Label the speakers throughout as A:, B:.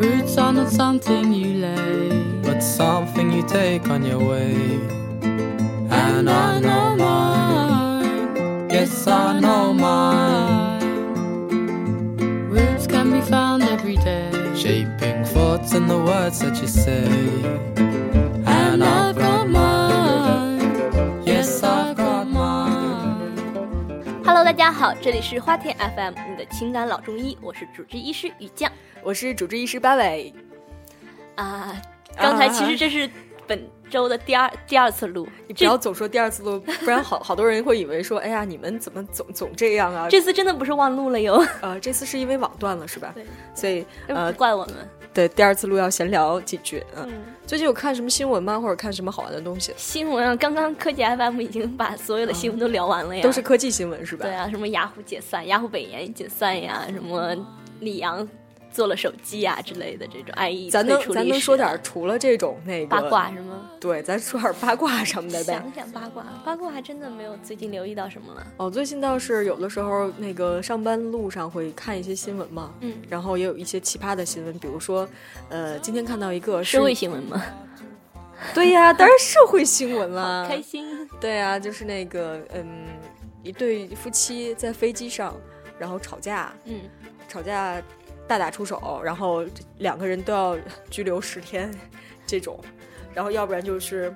A: Roots are not something you lay.
B: but something you take on your way.
A: And I know mine.
B: yes, I know mine.
A: Roots can be found every day.
B: Shaping thoughts and the words that you say.
A: And I've got mine.
B: yes, I've got mine.
C: Hello，大家好，这里是花田 FM，你的情感老中医，我是主治医师雨酱
D: 我是主治医师八尾。
C: 啊。刚才其实这是本周的第二第二次录，
D: 你不
C: 这
D: 要总说第二次录，不然好好 多人会以为说，哎呀，你们怎么总总这样啊？
C: 这次真的不是忘录了哟，
D: 呃，这次是因为网断了是吧？
C: 对，
D: 所以
C: 不
D: 呃，
C: 怪我们。
D: 对，第二次录要闲聊几句。嗯，
C: 嗯，
D: 最近有看什么新闻吗？或者看什么好玩的东西？
C: 新闻啊，刚刚科技 FM 已经把所有的啊新闻都聊完了呀，
D: 都是科技新闻是吧？
C: 对啊，什么雅虎解散、雅虎北研解散呀，什么李阳做了手机呀之类的这种，爱意
D: 咱
C: 退
D: 能
C: 出历
D: 咱
C: 史
D: 能说点
C: 啊
D: 儿除了这种那个
C: 八，卦什么？
D: 对，咱说点儿八卦什么的呗。
C: 想想八卦，八卦还真的没有最近留意到什么了。
D: 哦，最近倒是有的时候那个上班路上会看一些新闻嘛，
C: 嗯，
D: 然后也有一些奇葩的新闻，比如说，呃，今天看到一个是
C: 社会新闻吗？
D: 对呀、当然社会新闻啦。
C: 开心，
D: 对呀、就是那个，嗯，一对夫妻在飞机上，然后吵架，
C: 嗯，
D: 吵架大打出手，然后两个人都要拘留十天，这种。然后要不然就是，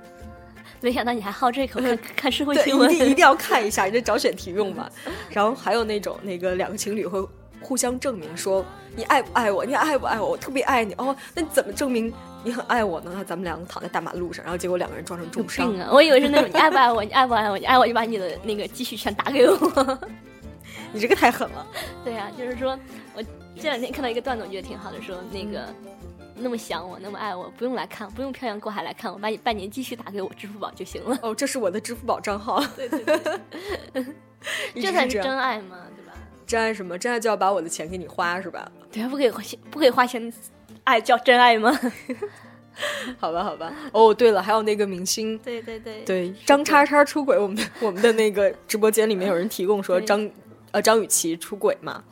C: 没想到你还好这口， 看看社会
D: 对，
C: 新闻
D: 一定一定要看一下，你这找选题用吧。然后还有那种那个两个情侣会互相证明说你爱不爱我，你爱不爱我，我特别爱你哦。那你怎么证明你很爱我呢？那咱们两个躺在大马路上，然后结果两个人撞成
C: 有
D: 重伤
C: 病。啊！我以为是那种你爱不爱我，你爱不爱我，你爱我就把你的那个积蓄全打给我。
D: 你这个太狠了。
C: 对啊，就是说我这两天看到一个段子，我觉得挺好的，说那个。那么想我，那么爱我，不用来看，不用漂洋过海来看我，把你半年积蓄打给我支付宝就行了。
D: 哦，这是我的支付宝账号。对对 对，
C: 这才是
D: 真
C: 真爱嘛，对吧？
D: 真爱什么？真爱就要把我的钱给你花是吧？
C: 对啊，不给花钱，不给花钱，爱叫真爱 吗？
D: 好吧，好吧。哦，对了，还有那个明星，
C: 对对对，
D: 对张叉叉出轨，我们的我们的那个直播间里面有人提供说
C: 对
D: 张呃张雨绮出轨嘛。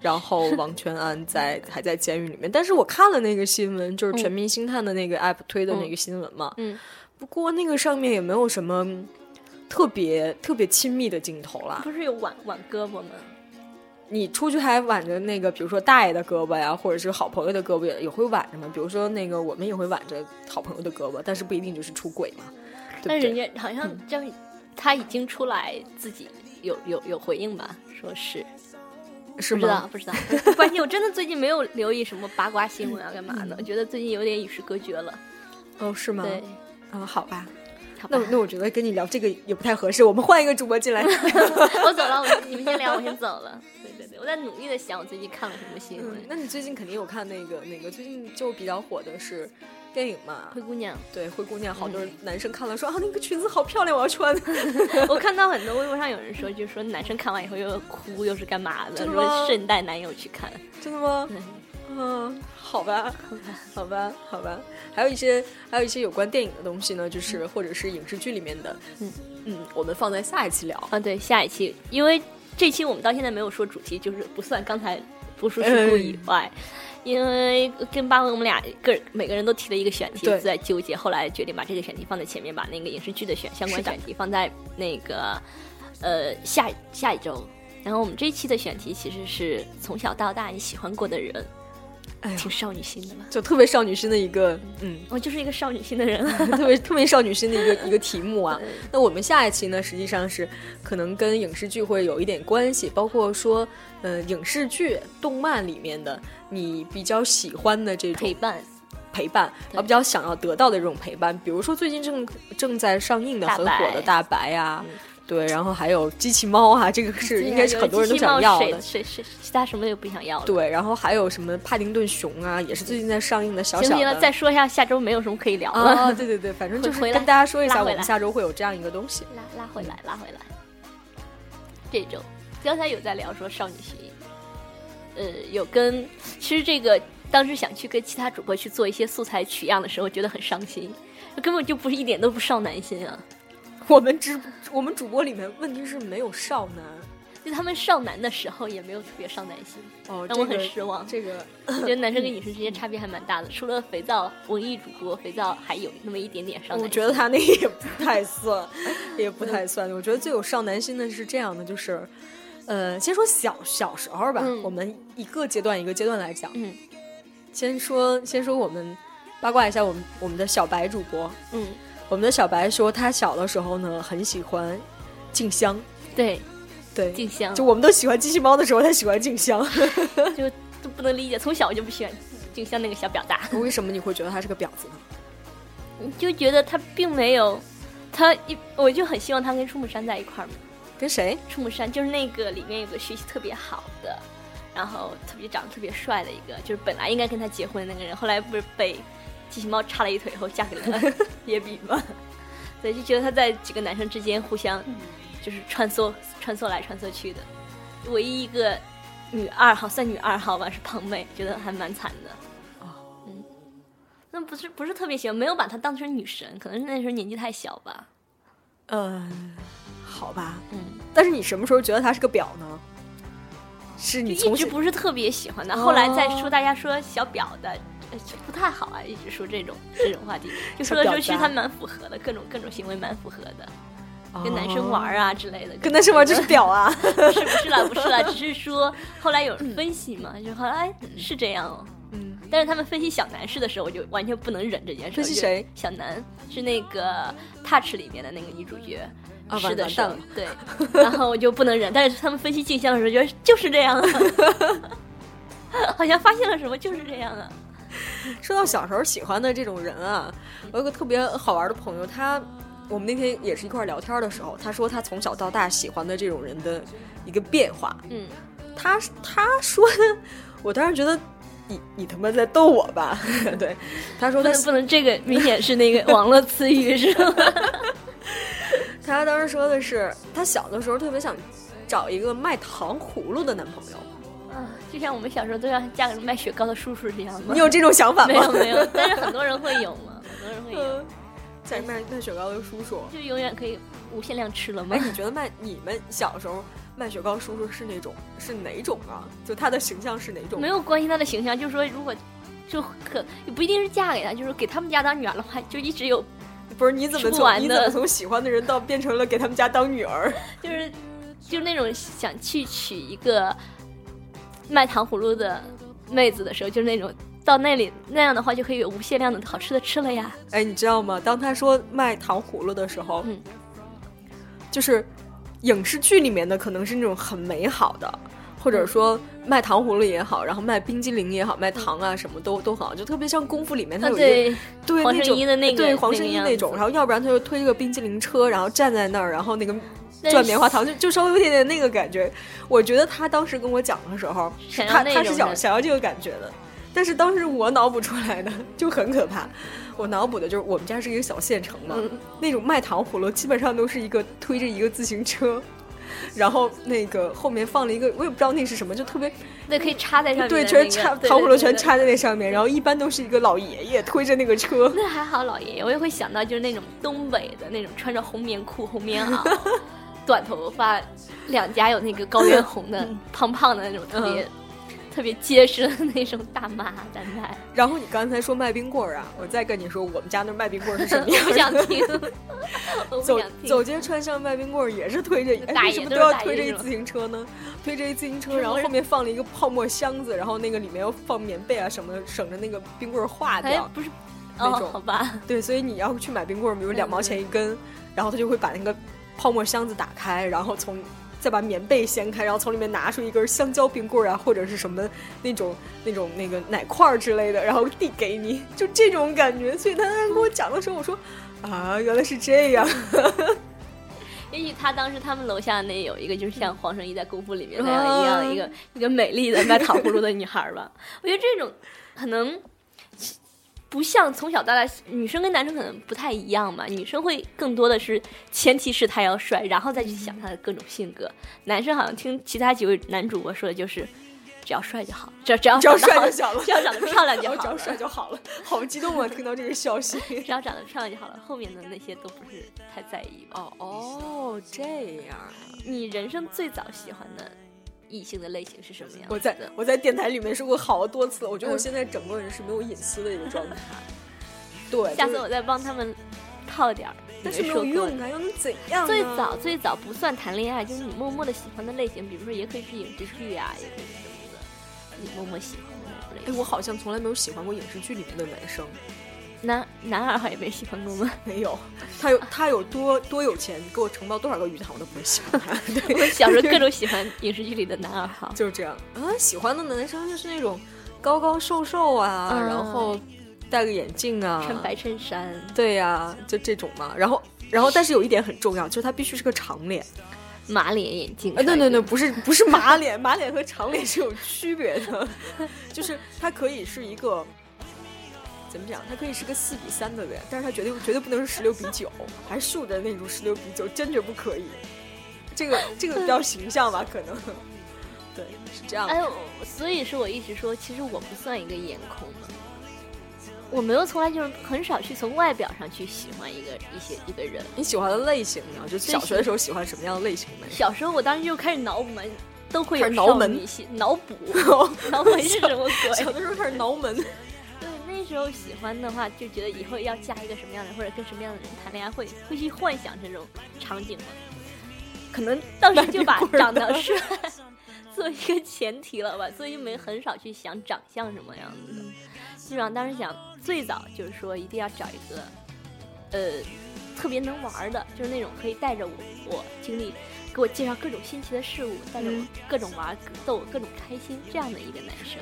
D: 然后王全安在还在监狱里面，但是我看了那个新闻，就是全民星探的那个 app 推的那个新闻嘛。
C: 嗯，
D: 不过那个上面也没有什么特别特别亲密的镜头啦。
C: 不是有挽挽胳膊吗？
D: 你出去还挽着那个，比如说大爷的胳膊呀，或者是好朋友的胳膊也也会挽着嘛。比如说那个我们也会挽着好朋友的胳膊，但是不一定就是出轨嘛，对
C: 但
D: 嗯不
C: 人
D: 对？
C: 家好像张雨，他已经出来自己有有有回应吧，说是
D: 是
C: 不知道
D: 吗？
C: 不知道， 不关心。我真的最近没有留意什么八卦新闻啊，干嘛的？我觉得最近有点与世隔绝了。
D: 哦，是吗？
C: 对，
D: 嗯，好吧。
C: 好吧
D: 那我那我觉得跟你聊这个也不太合适，我们换一个主播进 来。
C: 我走了，我你们先聊，我先走了。对对对，我在努力的想我最近看了什么新
D: 嗯
C: 闻。
D: 那你最近肯定有看那个那个最近就比较火的是电影嘛？
C: 灰姑娘，
D: 对，《灰姑娘》，好多
C: 嗯
D: 人男生看了说、啊，那个裙子好漂亮，我要穿。
C: 我看到很多微博上有人说，就是说男生看完以后又哭，又是干嘛的？
D: 真的
C: 说
D: 吗
C: 顺带男友去看。
D: 真的吗？
C: 对
D: 嗯，好吧， 好吧，好吧，还有一些，还有一些有关电影的东西呢，就是或者是影视剧里面的，
C: 嗯
D: 嗯，我们放在下一期聊。
C: 啊，对，下一期，因为这期我们到现在没有说主题，就是不算刚才不说事故
D: 嗯
C: 以外，因为跟八位我们俩个人每个人都提了一个选题，
D: 对
C: 就在纠结，后来决定把这个选题放在前面，把那个影视剧的选相关
D: 是的
C: 选题放在那个呃下下一周。然后我们这一期的选题其实是从小到大你喜欢过的人，
D: 哎呦
C: 挺少女心的吧？
D: 就特别少女心的一个，嗯，
C: 我就是一个少女心的人了。
D: 特别特别少女心的一个一个题目啊。那我们下一期呢，实际上是可能跟影视剧会有一点关系，包括说，呃，影视剧、动漫里面的你比较喜欢的这种
C: 陪伴
D: 陪伴，
C: 对
D: 我比较想要得到的这种陪伴。比如说最近正正在上映的
C: 大
D: 很
C: 白嗯
D: 火的《大白》呀，对，然后还有《机器猫》啊，这个是
C: 对
D: 应
C: 呀
D: 该是
C: 有
D: 很多人都
C: 机器猫
D: 想要
C: 谁
D: 的。
C: 谁谁其他什么也不想要了。
D: 对，然后还有什么帕丁顿熊啊，也是最近在上映的小
C: 行
D: 小
C: 不行了？
D: 的。
C: 再说一下，下周没有什么可以聊了。
D: 啊，对对对，反正就是
C: 回
D: 跟
C: 来
D: 大家说一
C: 拉
D: 下，
C: 回
D: 我
C: 来
D: 们下周会有这样一个东西。
C: 拉拉回来，拉回来。这周刚才有在聊说少女心，呃，有跟其实这个当当时想去跟其他主播去做一些素材取样的时候，觉得很伤心，根本就不是一点都不少男心啊！
D: 我们直我们主播里面问题是没有少男
C: 就他们少男的时候也没有特别少男 心，
D: 哦，
C: 让我很失望。
D: 这个
C: 我觉得男生跟女生之间差别还蛮大的，除了肥皂文艺主播，肥皂还有那么一点点少男心。
D: 我觉得他那个也不太 算，也不太算。我觉得最有少男心的是这样的，就是，呃，先说小小时候吧，
C: 嗯
D: 我们一个阶段一个阶段来讲。
C: 嗯
D: 先说先说我们八卦一下我们我们的小白主播，
C: 嗯，
D: 我们的小白说他小的时候呢很喜欢静香，
C: 对，
D: 对，
C: 静香
D: 就我们都喜欢机器猫的时候，他喜欢静香。
C: 就都不能理解，从小我就不喜欢静香那个小表达。
D: 为什么你会觉得他是个婊子呢？
C: 你就觉得他并没有，他一我就很希望他跟出木山在一块儿嘛。
D: 跟谁？
C: 出木山就是那个里面有个学习特别好的，然后特别长得特别帅的一个，就是本来应该跟他结婚的那个人，后来不是被机器猫插了一腿后嫁给了 野比吗？对，就觉得他在几个男生之间互相就是穿梭穿梭来穿梭去的，唯一一个女二号算女二号吧是胖妹，觉得还蛮惨的。嗯，那不是不是特别喜欢，没有把她当成女神，可能是那时候年纪太小吧。
D: 呃，好吧。
C: 嗯，
D: 但是你什么时候觉得他是个婊呢？是你
C: 一
D: 从
C: 直
D: 小
C: 不是特别喜欢的，
D: 哦
C: 后来再说大家说小表的。呃就不太好啊，一直说这种这种话题，就说来说去，
D: 小表达啊
C: 他蛮符合的，各种各种行为蛮符合的，跟男生玩
D: 哦
C: 啊之类的，
D: 跟男生玩就是 婊啊。
C: 不是不是啦，不是啦，只是说后来有人分析嘛，就后来哎是这样哦。
D: 嗯，
C: 但是他们分析小南市的时候，我就完全不能忍这件事。
D: 分析
C: 我就
D: 谁？
C: 小南是那个《Touch》里面的那个女主角。
D: 啊
C: 是的，
D: 完
C: 是的
D: 完蛋了
C: 对。然后我就不能忍，但是他们分析镜像的时候，觉得就是这 样啊，好像发现了什么，就是这样啊。
D: 说到小时候喜欢的这种人啊，我有个特别好玩的朋友，他我们那天也是一块儿聊天的时候，他说他从小到大喜欢的这种人的一个变化，
C: 嗯，
D: 他他说的，我当时觉得你你他妈在逗我吧？ 对，他说
C: 不
D: 他
C: 能不能，这个明显是那 个网络词语是吧？
D: 他当时说的是他小的时候特别想找一个卖糖葫芦的男朋友，
C: 啊，就像我们小时候都要嫁给卖雪糕的叔叔是一样吗？
D: 你有这种想法吗？
C: 没有没有，但是很多人会有嘛，很多人会有，
D: 嗯，在卖卖雪糕的叔叔，
C: 就永远可以无限量吃了吗
D: 哎，？你觉得卖你们小时候卖雪糕叔叔是那种是哪种啊？就他的形象是哪种？
C: 没
D: 有，
C: 有关心他的形象，就是说如果就可也不一定是嫁给他，就是给他们家当女儿的话，就一直有
D: 不是你怎么
C: 吃不
D: 从
C: 完
D: 你
C: 的
D: 怎么从喜欢的人到变成了给他们家当女儿？
C: 就是就是那种想去娶一个卖糖葫芦的妹子的时候，就是那种到那里那样的话，就可以有无限量的好吃的吃了呀。
D: 哎，你知道吗？当他说卖糖葫芦的时候，
C: 嗯
D: 就是影视剧里面的可能是那种很美好的，或
C: 嗯
D: 者说卖糖葫芦也好，然后卖冰激凌也好，卖糖啊什么都都很好，就特别像功夫里面他
C: 啊，
D: 有一个
C: 对，
D: 对
C: 黄
D: 那
C: 圣
D: 种
C: 依的那个
D: 对黄
C: 那
D: 圣
C: 个
D: 依
C: 样
D: 那种，
C: 子
D: 然后要不然他就推一个冰激凌车，然后站在那儿，然后那个
C: 但
D: 转
C: 是
D: 棉花糖，就就稍微有点点那个感觉。我觉得他当时跟我讲的时候，
C: 想要
D: 他
C: 那
D: 他是
C: 种
D: 想
C: 人
D: 想要这个感觉的，但是当时我脑补出来的就很可怕。我脑补的就是我们家是一个小县城嘛，
C: 嗯
D: 那种卖糖葫芦基本上都是一个推着一个自行车，然后那个后面放了一个我也不知道那是什么，就特别
C: 对可以插在上面的
D: 对，
C: 那个，
D: 全插
C: 对
D: 糖葫芦全。
C: 对对对
D: 插
C: 对
D: 在那上面，然后一般都是一个老爷爷推着那个车。
C: 那还好，老爷爷，我也会想到就是那种东北的那种穿着红棉裤、红棉袄、 短头发，两颊有那个高原红的、
D: 嗯
C: 胖胖的那种特别、特别结实的那种大妈在卖。
D: 然后你刚才说卖冰棍儿啊，我再跟你说我们家那卖冰棍儿是什么
C: 我
D: 样
C: 不想
D: 的。
C: 听，我不
D: 走
C: 想听。
D: 走街串巷卖冰棍儿也是推着，哎，
C: 大
D: 为
C: 爷
D: 什么
C: 都
D: 都
C: 是
D: 要
C: 大爷
D: 推着一
C: 是吧
D: 自行车呢？推着一自行车，
C: 是
D: 然后
C: 不是
D: 后面放了一个泡沫箱子，然后那个里面要放棉被啊什么的，省着那个冰棍儿化
C: 哎
D: 掉。，
C: 不是，
D: 啊那种
C: 哦，好吧，
D: 对，所以你要去买冰棍儿，比如两毛
C: 嗯
D: 钱一根，然后他就会把那个泡沫箱子打开，然后从再把棉被掀开，然后从里面拿出一根香蕉冰棍儿啊，或者是什么那种那种那个奶块儿之类的，然后递给你，就这种感觉。所以他在跟我讲的时候，我说啊，原来是这样。
C: 也许他当时他们楼下那有一个，就是像黄圣依在《功夫》里面那样一
D: 啊
C: 样一个一个美丽的卖糖葫芦的女孩儿吧。我觉得这种可能不像从小到大，女生跟男生可能不太一样吧。女生会更多的是前提是他要帅，然后再去想他的各种性格。男生好像听其他几位男主播说的就是。只要帅就好，只只 要
D: 只要
C: 长得
D: 帅
C: 好
D: 就行了
C: 只要长得漂亮就好了，
D: 然后 只要帅就好了。好激动啊！听到这个消息。
C: 只要长得漂亮就好了，后面的那些都不是太在意吧。
D: 哦哦，这样。
C: 你人生最早喜欢的异性的类型是什么样子的？
D: 我在我在电台里面说过好多次了，我觉得
C: 嗯
D: 我现在整个人是没有隐私的一个状 态。对，
C: 下
D: 就
C: 次
D: 是
C: 我再帮他们套点儿。
D: 但是没
C: 没
D: 有
C: 说过
D: 用啊，又能怎样呢？
C: 最早最早不算谈恋爱，就是你默默的喜欢的类型，比如说也可以是影视剧啊，也可以是什么的，你默默喜欢的那种类
D: 哎，
C: 型。
D: 我好像从来没有喜欢过影视剧里面的男生，
C: 男男二号也没喜欢过吗？
D: 没有。他有他有多多有钱，给我承包多少个鱼塘我都不会啊喜欢他。
C: 我
D: 对，，
C: 小时候各种喜欢影视剧里的男二号
D: 就是这样啊。喜欢的男生就是那种高高瘦瘦啊，
C: 嗯
D: 然后戴个眼镜啊，
C: 穿白衬衫，
D: 对呀、就这种嘛。然后，然后，但是有一点很重要，就是他必须是个长脸。
C: 马脸眼镜。
D: 啊，对对对，
C: 帅哥，
D: 不 是不是马脸，马脸和长脸是有区别的， 就是他可以是一个。怎么讲？他可以是个四比三的人，但是他绝对绝对不能是十六比九，还竖着那种十六比九，坚决不可以。这个这个比较形象吧，可能。对，是这样的。
C: 哎呦，所以说我一直说，其实我不算一个颜控的，我没有从来就是很少去从外表上去喜欢一个一些一个人。
D: 你喜欢的类型呢？就小学的时候喜欢什么样的类型的？
C: 小时候我当时就开始脑补嘛，都会
D: 开
C: 有
D: 始挠
C: 少
D: 门
C: 女心，脑 补，脑门是什么鬼
D: 小？的时候开始挠门，
C: 对，那时候喜欢的话，就觉得以后要嫁一个什么样的人，或者跟什么样的人谈恋爱，会会去幻想这 种场景嘛。
D: 可能
C: 当时就把
D: 那一会儿
C: 长得
D: 呢
C: 帅做一个前提了吧，所以就没很少去想长相什么样子的。基本上当时想最早就是说一定要找一个，呃，特别能玩儿的，就是那种可以带着我我经历，给我介绍各种新奇的事物，带着我
D: 嗯
C: 各种玩儿，逗我各种开心这样的一个男生。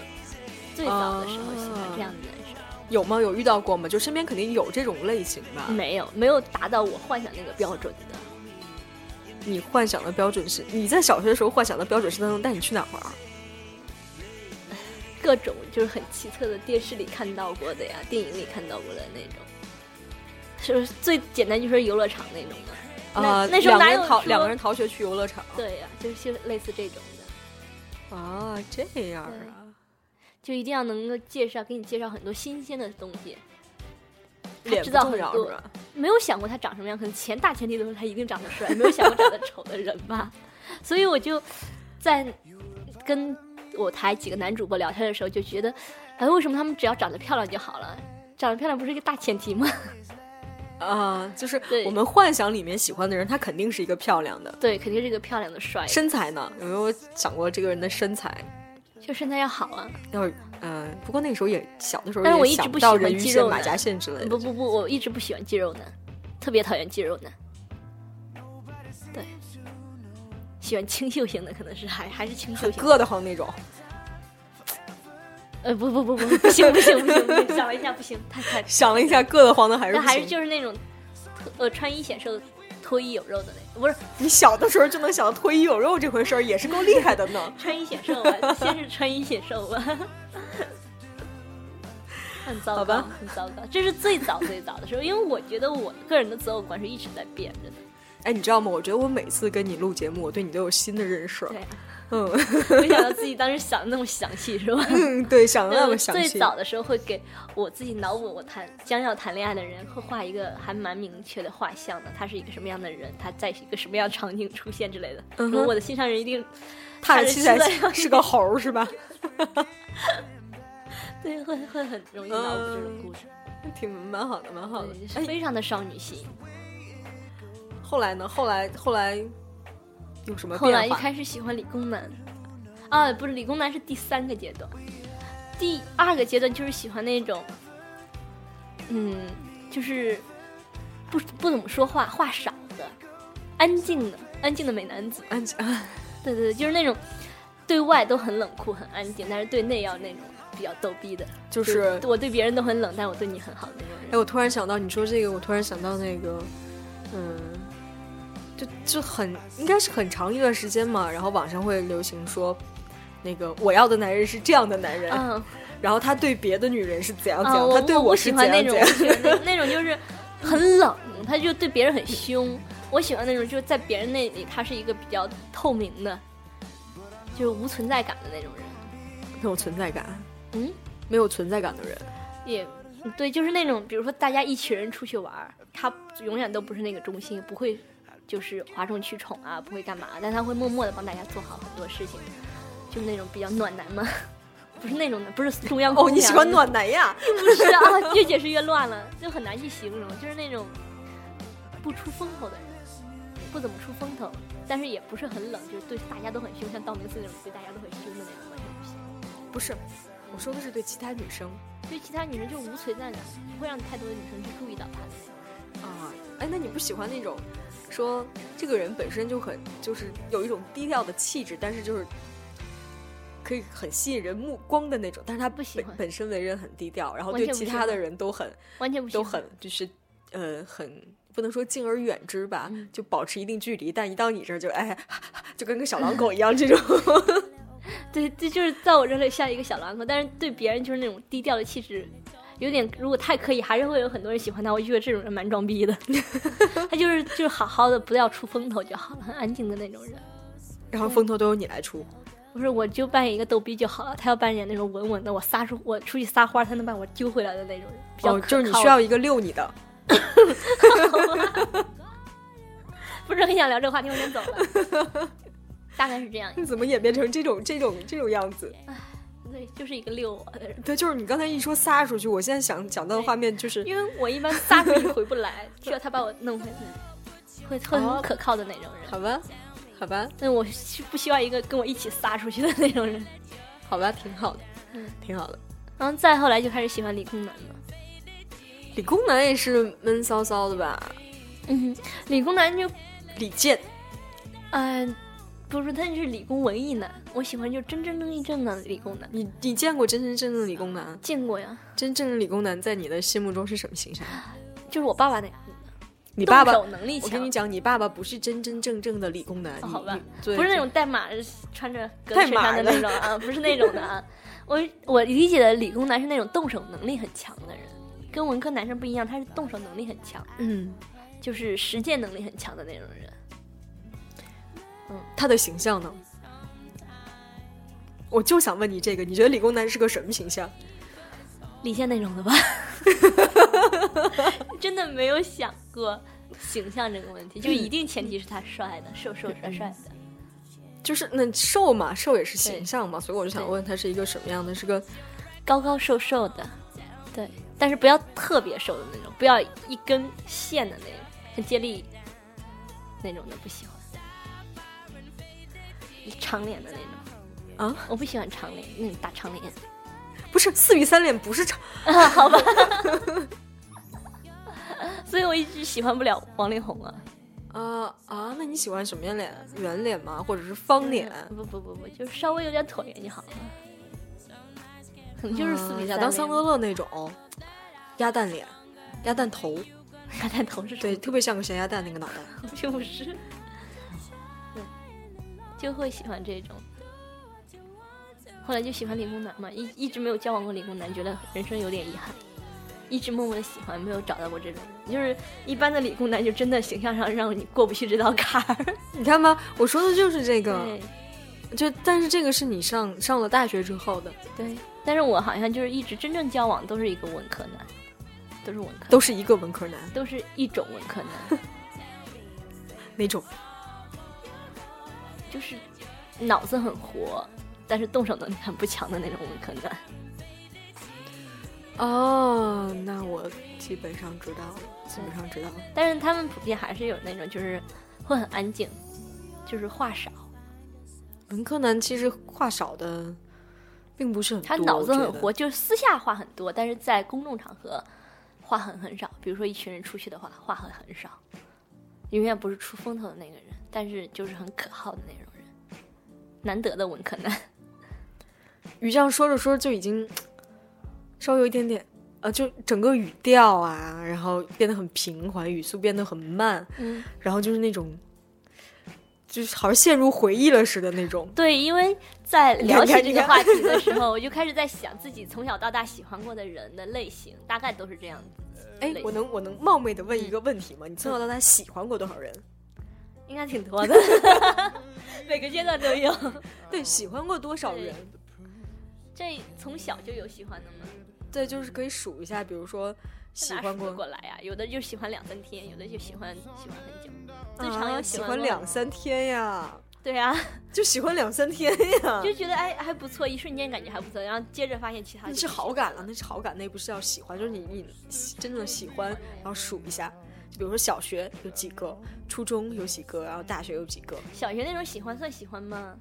C: 最早的时候喜欢这样的男生。
D: 有吗？有遇到过吗？就身边肯定有这种类型吧。
C: 没有，没有达到我幻想那个标准的。
D: 你幻想的标准是你在小学的时候幻想的标准是他能带你去哪儿玩儿？
C: 各种就是很奇特的电视里看到过的呀，电影里看到过的那种，是不是最简单就是游乐场那种嘛？那
D: 啊
C: 那时候
D: 两
C: 哪
D: 个人
C: 有
D: 逃
C: 说
D: 两个人逃学去游乐场？
C: 对呀、就是类似这种的，
D: 啊，这样啊，
C: 就一定要能够介绍，给你介绍很多新鲜的东西。
D: 脸
C: 知
D: 不
C: 道
D: 重
C: 很
D: 要是
C: 多
D: 吧？
C: 没有想过他长什么样，可能前大前提都是他一定长得帅，没有想过长得丑的人吧。所以我就在跟我台几个男主播聊天的时候，就觉得，哎，为什么他们只要长得漂亮就好了？长得漂亮不是一个大前提吗？
D: 啊，就是
C: 对
D: 我们幻想里面喜欢的人，他肯定是一个漂亮的。
C: 对，肯定是一个漂亮的帅的，
D: 身材呢？有没有想过这个人的身材？
C: 就身材要好啊。
D: 要是嗯、不过那个时候也小的时候，
C: 但是我一直
D: 想
C: 不
D: 到
C: 喜欢
D: 人鱼
C: 肌
D: 线、
C: 肉
D: 马
C: 男
D: 甲线之类
C: 不
D: 的。
C: 不不，我一直不喜欢肌肉男，特别讨厌肌肉男。对，喜欢清秀型的可能是还还是清秀型的。
D: 硌得慌那种，
C: 呃，不不不不，不行不行不行不行，想了一下不行，太太
D: 想了一下，硌得慌的还是
C: 那
D: 不
C: 还是
D: 行
C: 就是那种特呃穿衣显瘦、脱衣有肉的那，不是
D: 你小的时候就能想到脱衣有肉这回事儿，也是够厉害的 呢。
C: 穿衣显瘦吧，先是穿衣显瘦吧。很糟
D: 好
C: 糕
D: 吧，
C: 很糟糕，这是最早最早的时候，因为我觉得我个人的择偶观是一直在变着的。
D: 哎，你知道吗？我觉得我每次跟你录节目，我对你都有新的认识。
C: 对啊，
D: 嗯
C: 没想到自己当时想的那么详细，是吧？
D: 嗯， 对，想的
C: 对
D: 那
C: 我
D: 么详
C: 最
D: 细。
C: 早的时候会给我自己脑补我谈将要谈恋爱的人，会画一个还蛮明确的画像的，他是一个什么样的人，他在一个什么样的场景出现之类的。
D: 嗯哼
C: 说我的心上人一定
D: 踏
C: 踏
D: 着
C: 着
D: 七
C: 七
D: 彩
C: 彩
D: 是个猴儿是吧？
C: 对会会很容易脑补这种故事，
D: 挺蛮好的，蛮好的
C: 对，就。是
D: 哎，
C: 非常的少女心。
D: 后来呢？后来后来有什么
C: 后来
D: 变
C: 就
D: 化？
C: 开始喜欢理工男，啊，不是理工男是第三个阶段，第二个阶段就是喜欢那种，嗯，就是不不怎么说话，话少的，安静的，安静的美男子。
D: 安静啊
C: 对对对，就是那种对外都很冷酷、很安静，但是对内要那种比较逗逼的。
D: 就是
C: 我对别人都很冷，但我对你很好的那种
D: 哎，
C: 人。
D: 我突然想到你说这个，我突然想到那个，嗯，就就很应该是很长一段时间嘛，然后网上会流行说。那个我要的男人是这样的男人，
C: 嗯
D: 然后他对别的女人是怎样怎
C: 嗯，
D: 样，
C: 我
D: 哦他对
C: 我不
D: 是
C: 喜
D: 怎
C: 欢
D: 样
C: 那
D: 怎
C: 种，
D: 样
C: 我。喜 欢那种那种就是很冷，他就对别人很凶。我喜欢那种就是在别人那里他是一个比较透明的，就是无存在感的那种人。
D: 很有存在感，
C: 嗯，
D: 没有存在感的人，
C: 也对，就是那种，比如说大家一群人出去玩儿，他永远都不是那个中心，不会就是哗众取宠啊，不会干嘛，但他会默默的帮大家做好很多事情，就是那种比较暖男嘛， 不是那种的，不是中央
D: 哦，
C: 空
D: 你喜欢
C: 调
D: 暖男呀？
C: 不是啊，越解释越乱了， 就很难去形容，就是那种不出风头的人，不怎么出风头，但是也不是很冷，就是对大家都很凶，像道明寺那种对大家都很凶的那种，完全不行。
D: 不是，我说的是对其他女生
C: 对其他女生就无存在感，不会让太多的女生去注意到她。
D: 啊。哎，那你不喜欢那种说这个人本身就很就是有一种低调的气质，但是就是可以很吸引人目光的那种，但是他
C: 不喜
D: 本
C: 欢
D: 本身为人很低调，然后
C: 完
D: 对
C: 全不
D: 其
C: 喜
D: 他的
C: 欢
D: 人都很
C: 完全不行，
D: 都很就是呃很不能说敬而远之吧，
C: 嗯
D: 就保持一定距离，但一到你这儿就哎， 就跟个小狼狗一样这种。
C: 对，这就是在我这里像一个小狼狗，但是对别人就是那种低调的气质，有点如果太刻意，还是会有很多人喜欢他。我就觉得这种人蛮装逼的， 他就是就是好好的，不要出风头就好了，很安静的那种人。
D: 然后风头都由你来出，
C: 不是，我就扮演一个逗逼就好了。他要扮演那种稳稳的，我撒出我出去撒花，他能把我揪回来的那种人，比较
D: 哦，
C: 可
D: 就是你
C: 靠
D: 需要一个遛你的。
C: 不是很想聊这个话题，我先走了。大概是这样，
D: 你怎么演变成这种这种这种样子？
C: 对，就是一个遛我的人，
D: 对，就是你刚才一说撒出去，我现在想想到的画面就是
C: 因为我一般撒出去回不来，需要他把我弄回来，会会很可靠的那种人。
D: 好吧，好吧，
C: 但我是不希望一个跟我一起撒出去的那种人。
D: 好吧，挺好的，
C: 嗯
D: 挺好的。
C: 然后再后来就开始喜欢理工男了。
D: 理工男也是闷骚骚的吧？
C: 嗯，理工男就
D: 李健，
C: 嗯、不是，他是理工文艺男，我喜欢就真真正正的理工男。
D: 你你见过真真正正的理工男？
C: 见过呀，
D: 真正的理工男在你的心目中是什么形象？
C: 就是我爸爸那样。
D: 你爸爸
C: 动手能力
D: 我
C: 强，
D: 跟你讲，你爸爸不是真真正正的理工男，
C: 哦
D: 你
C: 好吧
D: 你对
C: 不是那种带码穿着格子衬衫的那种啊，不是那种的 啊。我我理解的理工男是那种动手能力很强的人，跟文科男生不一样，他是动手能力很强，
D: 嗯，
C: 就是实践能力很强的那种人。
D: 他的形象呢？我就想问你这个，你觉得理工男是个什么形象？
C: 李现那种 的吧，真的没有想过形象这个问
D: 嗯
C: 题，就一定前提是他帅的，瘦瘦帅帅的。
D: 就是那瘦嘛，瘦也是形象嘛，所以我就想问他是一个什么样的？是个
C: 高高瘦瘦的，对，但是不要特别瘦的那种，不要一根线的那种，像接力那种的不喜欢，长脸的那种
D: 啊，
C: 我不喜欢长脸，那种大长脸，
D: 不是四比三脸，不是长，
C: 所以我一直喜欢不了王力宏啊，
D: 啊啊？那你喜欢什么样脸？圆脸吗？或者是方脸？
C: 不不不不，就是稍微有点椭圆就好了，可能就是四
D: 啊
C: 比三、
D: 亚当桑德，勒那种鸭蛋脸、鸭蛋头，
C: 他在同事
D: 对，特别像个咸鸭蛋那个脑袋。
C: 就不是，对，就会喜欢这种。后来就喜欢理工男嘛，一一直没有交往过理工男，觉得人生有点遗憾，一直默默的喜欢，没有找到过这种人。就是一般的理工男，就真的形象上让你过不去这道坎 儿。
D: 你看吧，我说的就是这个。
C: 对
D: 就但是这个是你上上了大学之后的，
C: 对，但是我好像就是一直真正交往都是一个文科男，都是文科，
D: 都是一个文科男，
C: 都是一种文科男，
D: 哪种？
C: 就是脑子很活，但是动手能力很不强的那种文科男。
D: 哦，那我基本上知道了，基本上知道了。
C: 但是他们普遍还是有那种就是会很安静，就是话少，
D: 文科男其实话少的，并不是很多，
C: 他脑子
D: 我
C: 很
D: 觉得
C: 活，。就是私下话很多，但是在公众场合话很很少。比如说一群人出去的话，话很很少，永远不是出风头的那个人，但是就是很可靠的那种人，难得的文科男。
D: 于酱说着说着就已经稍微有一点点，呃，就整个语调啊，然后变得很平缓，语速变得很慢，
C: 嗯，
D: 然后就是那种，就是好像陷入回忆了似的那种。
C: 对，因为在聊起这
D: 你看你
C: 个
D: 看
C: 话题的时候，我就开始在想自己从小到大喜欢过的人的类型，大概都是这样子。
D: 哎，我能我能冒昧的
C: 嗯
D: 问一个问题吗？你从小到大喜欢过多少人？
C: 应该挺多的， 每个阶段都有。嗯
D: 对，喜欢过多少人？
C: 这从小就有喜欢的吗？
D: 对，就是可以数一下，比如说喜
C: 哪
D: 欢
C: 数得
D: 过啊
C: 过来啊呀、有的就喜欢两三天，有的就喜欢喜欢很久。最长
D: 啊，
C: 有
D: 喜
C: 欢
D: 欢
C: 过
D: 两三天呀，
C: 对呀、
D: 就喜欢两三天 呀，
C: 就觉得哎还不错，一瞬间感觉还不错，然后接着发现其他
D: 那
C: 就是
D: 好感啊，那是好感，那不是要喜欢，就是你你喜真正喜欢，然后数一下，就比如说小学有几个，初中有几个，然后大学有几个，
C: 小学那种喜欢算喜欢吗？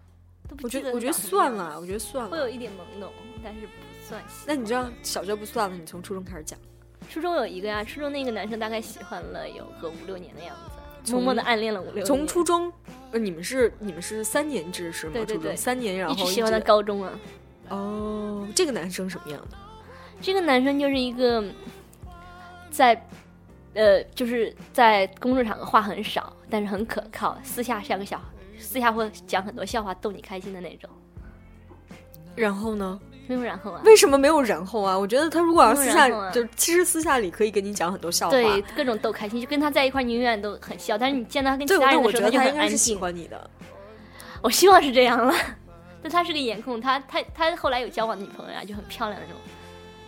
C: 都不
D: 我
C: 记
D: 觉
C: 得
D: 得我觉得
C: 长什么
D: 算
C: 样
D: 了，我觉得算
C: 会有
D: 了。
C: 一点懵懂，但是不算喜欢。
D: 那你知道小学不算了，你从初中开始讲，
C: 初中有一个呀、初中那个男生大概喜欢了有个五六年的样子，
D: 从
C: 默默的暗恋了五六年，
D: 从初中，呃，你们是你们是三年制是吗？
C: 对对
D: 初中
C: 对
D: 三年，然
C: 一
D: 后
C: 直喜欢到高中啊。
D: 哦，这个男生什么样的？
C: 这个男生就是一个在呃，就是在公众场合话很少，但是很可靠，私下像个小，私下会讲很多笑话逗你开心的那种。
D: 然后呢？
C: 没有然后啊？
D: 为什么没有然后啊？我觉得他如果要私下
C: 没有然后，啊
D: 就其实私下里可以给你讲很多笑话。
C: 对，各种逗开心，就跟他在一块儿，你永远都很笑。但是你见到他跟
D: 对，
C: 其他
D: 那
C: 人
D: 我
C: 的时
D: 觉
C: 候，就
D: 得他应
C: 很
D: 该
C: 安
D: 是喜
C: 静。
D: 欢你的。
C: 我希望是这样了。 但他是个颜控，他他他后来有交往的女朋友啊，就很漂亮那种，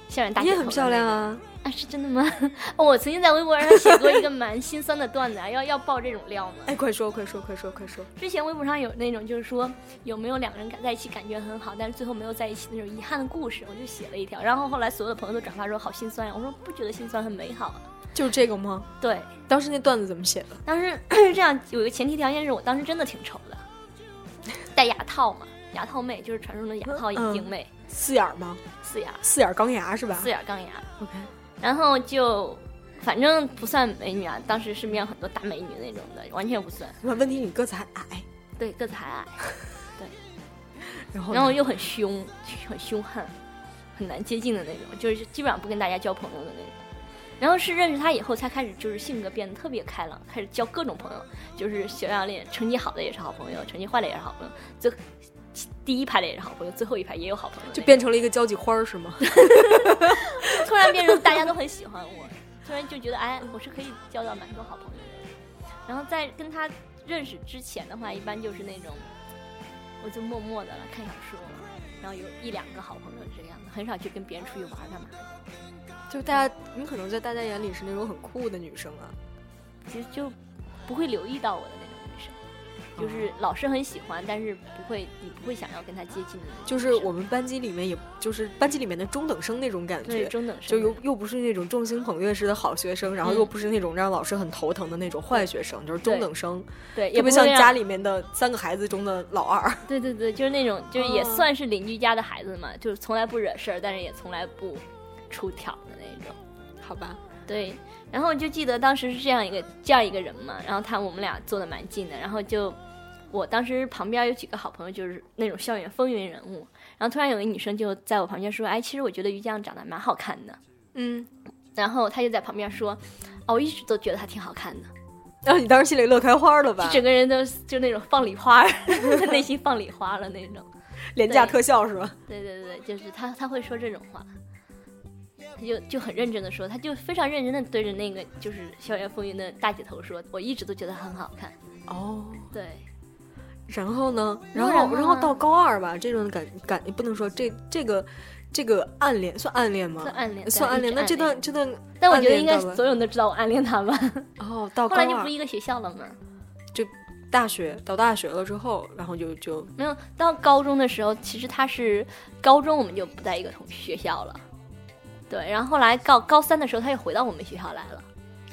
C: 校园大
D: 你也
C: 姐
D: 很
C: 头的
D: 漂
C: 那
D: 亮
C: 种
D: 啊，
C: 啊，是真的吗？ 哦，我曾经在微博上写过一个蛮心酸的段子啊，要要爆这种料吗？
D: 哎，快说，快说，快说，快说！
C: 之前微博上有那种就是说有没有两个人感在一起感觉很好，但是最后没有在一起那种遗憾的故事，我就写了一条，然后后来所有的朋友都转发说好心酸呀、我说不觉得心酸很美好啊。
D: 就是这个吗？
C: 对，
D: 当时那段子怎么写的？
C: 当时是这样，有一个前提条件是我当时真的挺丑的，戴牙套嘛，牙套妹就是传说中的牙套眼镜妹，
D: 四眼儿吗？
C: 四牙
D: 四眼儿钢牙是吧？
C: 四眼钢牙，
D: OK，
C: 然后就反正不算美女啊，当时身边有很多大美女那种的，完全不算。
D: 问问题你个子还矮，
C: 对，个子还矮，
D: 然后呢
C: 然后又很凶，很凶悍，很难接近的那种，就是基本上不跟大家交朋友的那种。然后是认识他以后，才开始就是性格变得特别开朗，开始交各种朋友，就是学校里成绩好的也是好朋友，成绩坏的也是好朋友，最第一排的也是好朋友，最后一排也有好朋友那种，
D: 就变成了一个交际花儿是吗？
C: 突然变成大家都很喜欢我，突然就觉得哎，我是可以交到蛮多好朋友的。然后在跟他认识之前的话，一般就是那种，我就默默的看小说，然后有一两个好朋友这样的，很少去跟别人出去玩儿干嘛。
D: 就大家，你可能在大家眼里是那种很酷的女生啊。
C: 其实就不会留意到我的那种女生，
D: 哦
C: 就是老师很喜欢，但是不会你不会想要跟他接近的那种女生，
D: 就是我们班级里面也，就是班级里面的中等生那种感
C: 对
D: 觉，
C: 中等生
D: 就又又不是那嗯种众星捧月式的好学生，然后又不是那种让老师很头疼的那种坏学生，就是中等生，
C: 对，也
D: 特
C: 不
D: 别像
C: 会让
D: 家里面的三个孩子中的老二。
C: 对对对，就是那种，就是也
D: 哦
C: 算是邻居家的孩子嘛，就是从来不惹事儿，但是也从来不出挑的那种。
D: 好吧，
C: 对，然后我就记得当时是这样一个这样一个人嘛，然后他我们俩坐的蛮近的，然后就我当时旁边有几个好朋友，就是那种校园风云人物，然后突然有个女生就在我旁边说：“哎，其实我觉得于酱长得蛮好看的。
D: 嗯，”
C: 然后她就在旁边说：“哦，我一直都觉得她挺好看的。”
D: 然后你当时心里乐开花了吧
C: 就？整个人都就那种放礼花儿， 内心放礼花了那种。
D: 廉价
C: 对
D: 特效是吧？
C: 对对对，就是他他会说这种话，他就就很认真的说，他就非常认真的对着那个就是校园风云的大姐头说，我一直都觉得很好看。
D: 哦，
C: 对，
D: 然后呢？
C: 然
D: 然
C: 后
D: 后，
C: 呢
D: 然后到高二吧，这种感感不能说这这个这个暗恋算暗恋吗？
C: 算暗恋，
D: 嗯呃算
C: 对
D: 暗恋。那这，
C: 一
D: 段
C: 直
D: 这段
C: 但我觉得
D: 暗恋
C: 应该
D: 到了
C: 所有人都知道我暗恋他吧。
D: 哦，到
C: 后
D: 高
C: 来就不是
D: 二
C: 一个学校了嘛，
D: 大学到大学了之后，然后就就
C: 没有到高中的时候，其实他是高中我们就不在一个同学校了。对，然后后来高高三的时候，他又回到我们学校来了，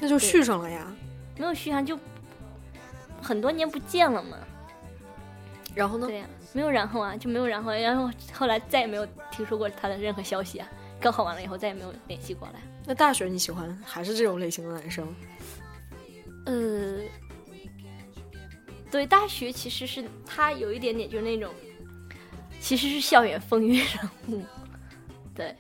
D: 那就续上了呀。
C: 没有续上就很多年不见了嘛。
D: 然后呢？
C: 对呀、没有然后啊，就没有然后，然后后来再也没有听说过他的任何消息啊。高考完了以后再也没有联系过来。
D: 那大学你喜欢还是这种类型的男生？
C: 呃，对，大学其实是他有一点点就是那种，其实是校园风云人物，对，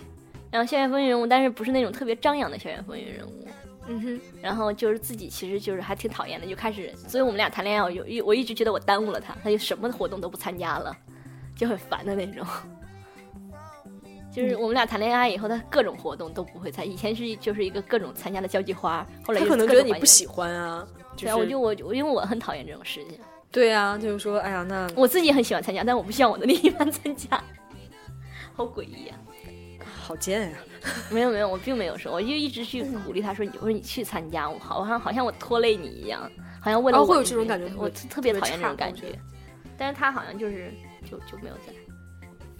C: 然后校园风云人物，但是不是那种特别张扬的校园风云人物。
D: 嗯哼，
C: 然后就是自己其实就是还挺讨厌的，就开始，所以我们俩谈恋爱，我有一我一直觉得我耽误了他，他就什么活动都不参加了，就很烦的那种。就是我们俩谈恋爱以后，他各种活动都不会参，以前是就是一个各种参加的交际花，后来
D: 他
C: 就
D: 可能
C: 各
D: 觉得
C: 种
D: 你
C: 环
D: 不
C: 节，
D: 喜欢啊。
C: 对啊，我就我我因为我很讨厌这种事情，
D: 对啊，就是说，哎呀，那
C: 我自己也很喜欢参加，但我不希望我的另一半参加， 好诡异啊！
D: 好贱呀、
C: 没有没有，我并没有说，我就一直去鼓励他说，你我说你去参加，我好像好像我拖累你一样，好像为了
D: 哦
C: 我、
D: 会有这种感觉
C: 我
D: 特别
C: 特别讨厌
D: 差
C: 这种感
D: 我觉得
C: 觉。但是他好像就是就就没有在。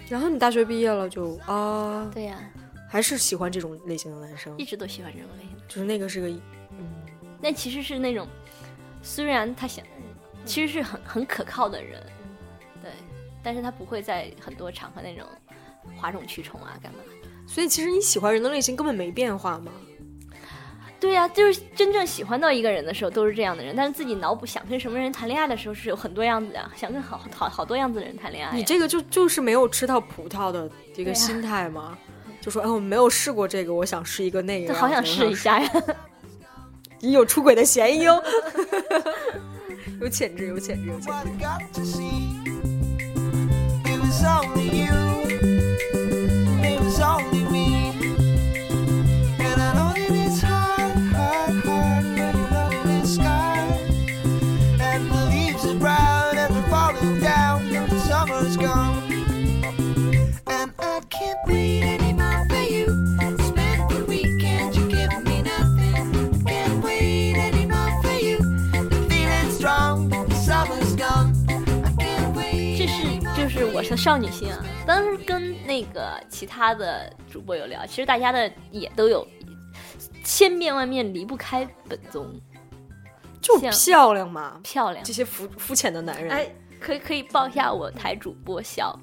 D: 然后你大学毕业了就啊，
C: 对呀、
D: 还是喜欢这种类型的男生
C: 一，直都喜欢这种类型的。
D: 就是那个是嗯个
C: 那其实是那种，虽然他想，其实是很很可靠的人，
D: 嗯
C: 对，但是他不会在很多场合那种哗众取宠啊，干嘛？
D: 所以其实你喜欢人的类型根本没变化嘛。
C: 对呀、就是真正喜欢到一个人的时候都是这样的人，但是自己脑补想跟什么人谈恋爱的时候是有很多样子的，想跟好好好多样子的人谈恋爱哎啊呀。
D: 你这个就就是没有吃到葡萄的这
C: 对
D: 个
C: 呀
D: 心态嘛，就说哎，我没有试过这个，我想试一个啊那
C: 这
D: 个，
C: 好想试一。下呀！
D: 你有出轨的嫌疑哦， 有潜质，有潜质，有潜
E: what I got to see. It was only you, it was only me. And I know that it's hard, hard, hard when you're loving in sky. And the leaves are brown and they're falling down, and the summer's gone. And I can't wait anymore for you. Spent the weekend, you give me nothing. Can't wait anymore for you. The feeling's strong, the summer's gone. I can't wait.
C: 这是就是我的少女心啊！当时跟那个其他的主播有聊，其实大家的也都有千变万变，离不开本宗
D: 质，就
C: 像
D: 漂亮嘛。
C: 漂亮
D: 这。些肤肤浅的男人，
C: 哎，可以可以报一下我台主播小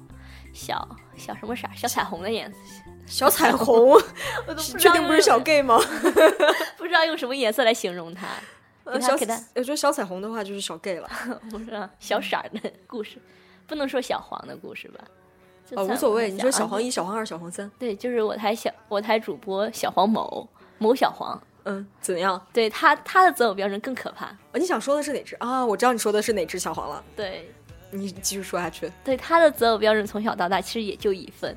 C: 小小什么色儿？小彩虹的颜色，
D: 小彩虹，
C: 我都不知道
D: 确定不是
C: 用
D: 小 gay 吗？
C: 不知道用什么颜色来形 容它。给
D: 呃
C: 他
D: 小
C: 给他，
D: 我觉得小彩虹的话就是小 gay 了，
C: 不是啊小色儿的故事，不能说小黄的故事吧？就
D: 啊，
C: 算
D: 无所谓。你说小
C: 啊
D: 黄一、小黄二、小黄三，
C: 对，就是我台小我台主播小黄某某小黄，
D: 嗯，怎样？
C: 对他他的择偶标准更可怕。
D: 啊你想说的是哪只啊？我知道你说的是哪只小黄了，
C: 对
D: 你继续说下去。
C: 对，他的择偶标准从小到大其实也就一份，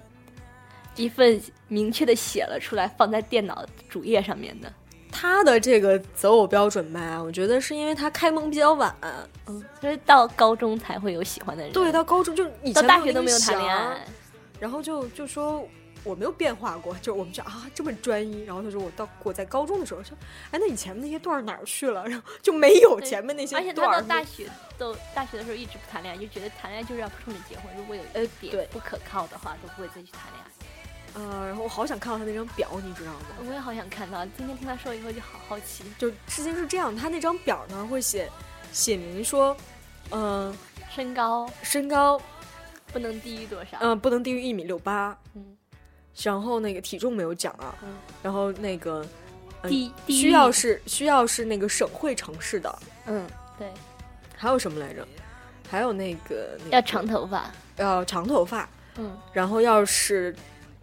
C: 一份明确的写了出来，放在电脑主页上面的。
D: 他的这个择偶标准吧，我觉得是因为他开蒙比较晚，
C: 就是到高中才会有喜欢的人，
D: 对，到高中就是以
C: 到
D: 前
C: 大学都
D: 没
C: 没有
D: 那
C: 谈
D: 么
C: 恋
D: 想
C: 爱，。
D: 然后就就说我没有变化过， 就是我们就啊这么专一。然后他说我到我在高中的时候说，哎，那你前面那些段儿哪儿去了？然后就没有前面那
C: 而且
D: 些
C: 他
D: 段
C: 到
D: 儿。
C: 大学都大学的时候一直不谈恋爱，就觉得谈恋爱就是要冲着结婚，如果有一
D: 呃对
C: 点不可靠的话，都不会再去谈恋爱。
D: 呃，然后我好想看到他那张表，你知道吗？
C: 我也好想看到，今天听他说以后就好好奇，
D: 就事情是这样，他那张表呢会写写明说，嗯、
C: 身高
D: 身高
C: 不能低于多少？
D: 嗯、呃不能低于一米六八，
C: 嗯，
D: 然后那个体重没有讲啊，
C: 嗯
D: 然后那个嗯
C: 低低于
D: 需要是需要是那个省会城市的，
C: 嗯，对，
D: 还有什么来着？还有那个那个
C: 要长头发，
D: 要长头发，
C: 嗯，
D: 然后要是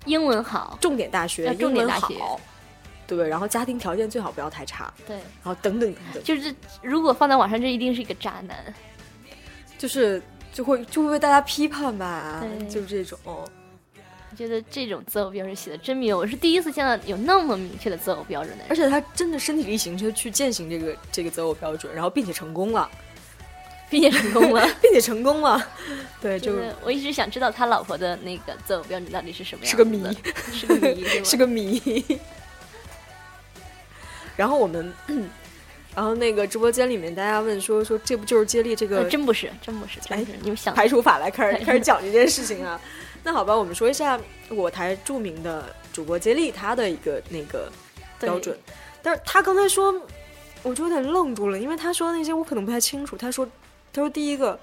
C: 英文好，
D: 重点大学，
C: 要重点大学
D: 英文好，对，然后家庭条件最好不要太差，
C: 对，
D: 然后等等等 等，
C: 就是如果放在网上，这一定是一个渣男。
D: 就是就会就会被大家批判吧，
C: 对
D: 就是这种。
C: 我觉得这种择偶标准写的真没有，我是第一次见到有那么明确的择偶标准的
D: 而
C: 人，
D: 且他真的身体力行，就去践行这个这个择偶标准，然后并且成功了，
C: 并且成功了。
D: 并且成功了，对，
C: 就
D: 就是
C: 我一直想知道他老婆的那个择偶标准到底是什么样，
D: 是个谜，
C: 是 个谜，是吗
D: 是个谜。然后我们，然后那个直播间里面大家问说说这不就是接力这
C: 呃
D: 个
C: 真不是，真不是，真
D: 哎
C: 不是，你们想
D: 排除法来开始
C: 对
D: 开始讲这件事情啊？那好吧，我们说一下我台著名的主播接力他的一个那个
C: 对
D: 标准，但是他刚才说，我就有点愣住了，因为他说的那些我可能不太清楚。他说，他说第一个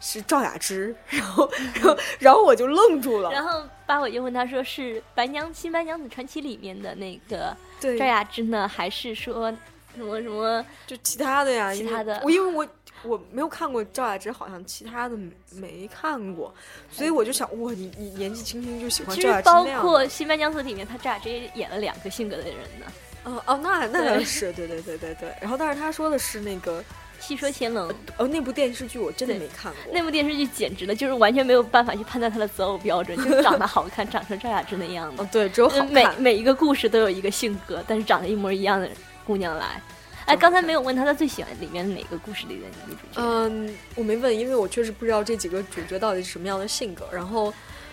D: 是赵雅芝，然后然后然后我就愣住了，
C: 然后八尾就问他说：“是《白娘新白娘子传奇》里面的那个
D: 对
C: 赵雅芝呢，还是说什么什么
D: 就其他的呀，
C: 其
D: 因为
C: 他的
D: 我因为我我没有看过赵雅芝，好像其他的没看过，所以我就想，哇，你你年纪轻轻就喜？”欢
C: 其
D: 赵
C: 实
D: 雅芝
C: 包
D: 那样
C: 括
D: 的，
C: 《新白娘子》里面，他赵雅芝也演了两个性格的人呢，
D: 嗯哦，那那
C: 对
D: 倒是，对对对对对。然后，但是他说的是那个，
C: 《戏说乾隆》
D: 哦，那部电视剧我真的
C: 对
D: 没看过
C: 那，部电视剧简直了，就是完全没有办法去判断他的择偶标准，就是长得好看，长成赵雅芝那样
D: 哦
C: 子，，
D: 对，只有好
C: 嗯每
D: 看，
C: 每一个故事都有一个性格，但是长得一模一样的姑娘来。哎，刚才没有问他，他最喜欢里面哪个故事里的女主角？
D: 呃嗯，我没问，因为我确实不知道这几个主角到底是什么样的性格。然后，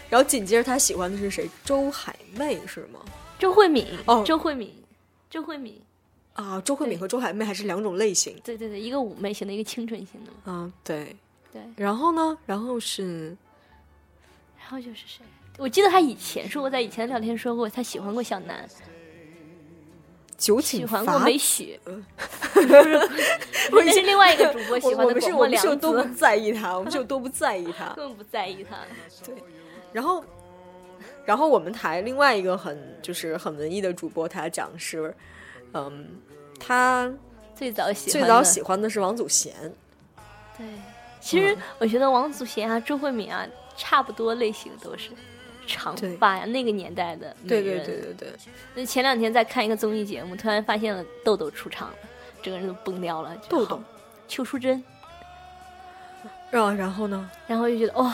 D: 然后紧接着他喜欢的是谁？周海媚是吗？
C: 周慧敏，
D: 哦
C: 周慧敏，周慧敏，
D: 啊，周慧敏
C: 对
D: 和周海媚还是两种类型
C: 对对对，一个妩媚型的，一个清纯型的嘛。
D: 啊。对，
C: 对，
D: 然后呢？然后是
C: 然后就是谁？我记得他以前说过，在以前的聊天说过，他喜欢过小南，
D: 九
C: 喜
D: 请
C: 欢
D: 罚
C: 过梅雪，
D: 呃 我
C: 那是另外一个主播喜
D: 我
C: 欢
D: 我
C: 的
D: 们是
C: 广末
D: 我们
C: 凉
D: 是有多
C: 子
D: 不，在意他，我们是有多不在意 他。
C: 根本不在意他。
D: 然后，然后我们台另外一个很就是很文艺的主播，他讲是，嗯，他
C: 最早喜欢
D: 最早
C: 的
D: 喜欢的是王祖贤，
C: 对，其实
D: 嗯
C: 我觉得王祖贤啊、周慧敏啊，差不多类型都是长
D: 对
C: 发呀、那个年代的美
D: 对对
C: 人
D: 对对对，
C: 那前两天在看一个综艺节目，突然发现了豆豆出场了，整个人都崩掉了。就
D: 豆
C: 好
D: 豆，
C: 邱淑贞，
D: 然后然后呢？
C: 然后就觉得哇、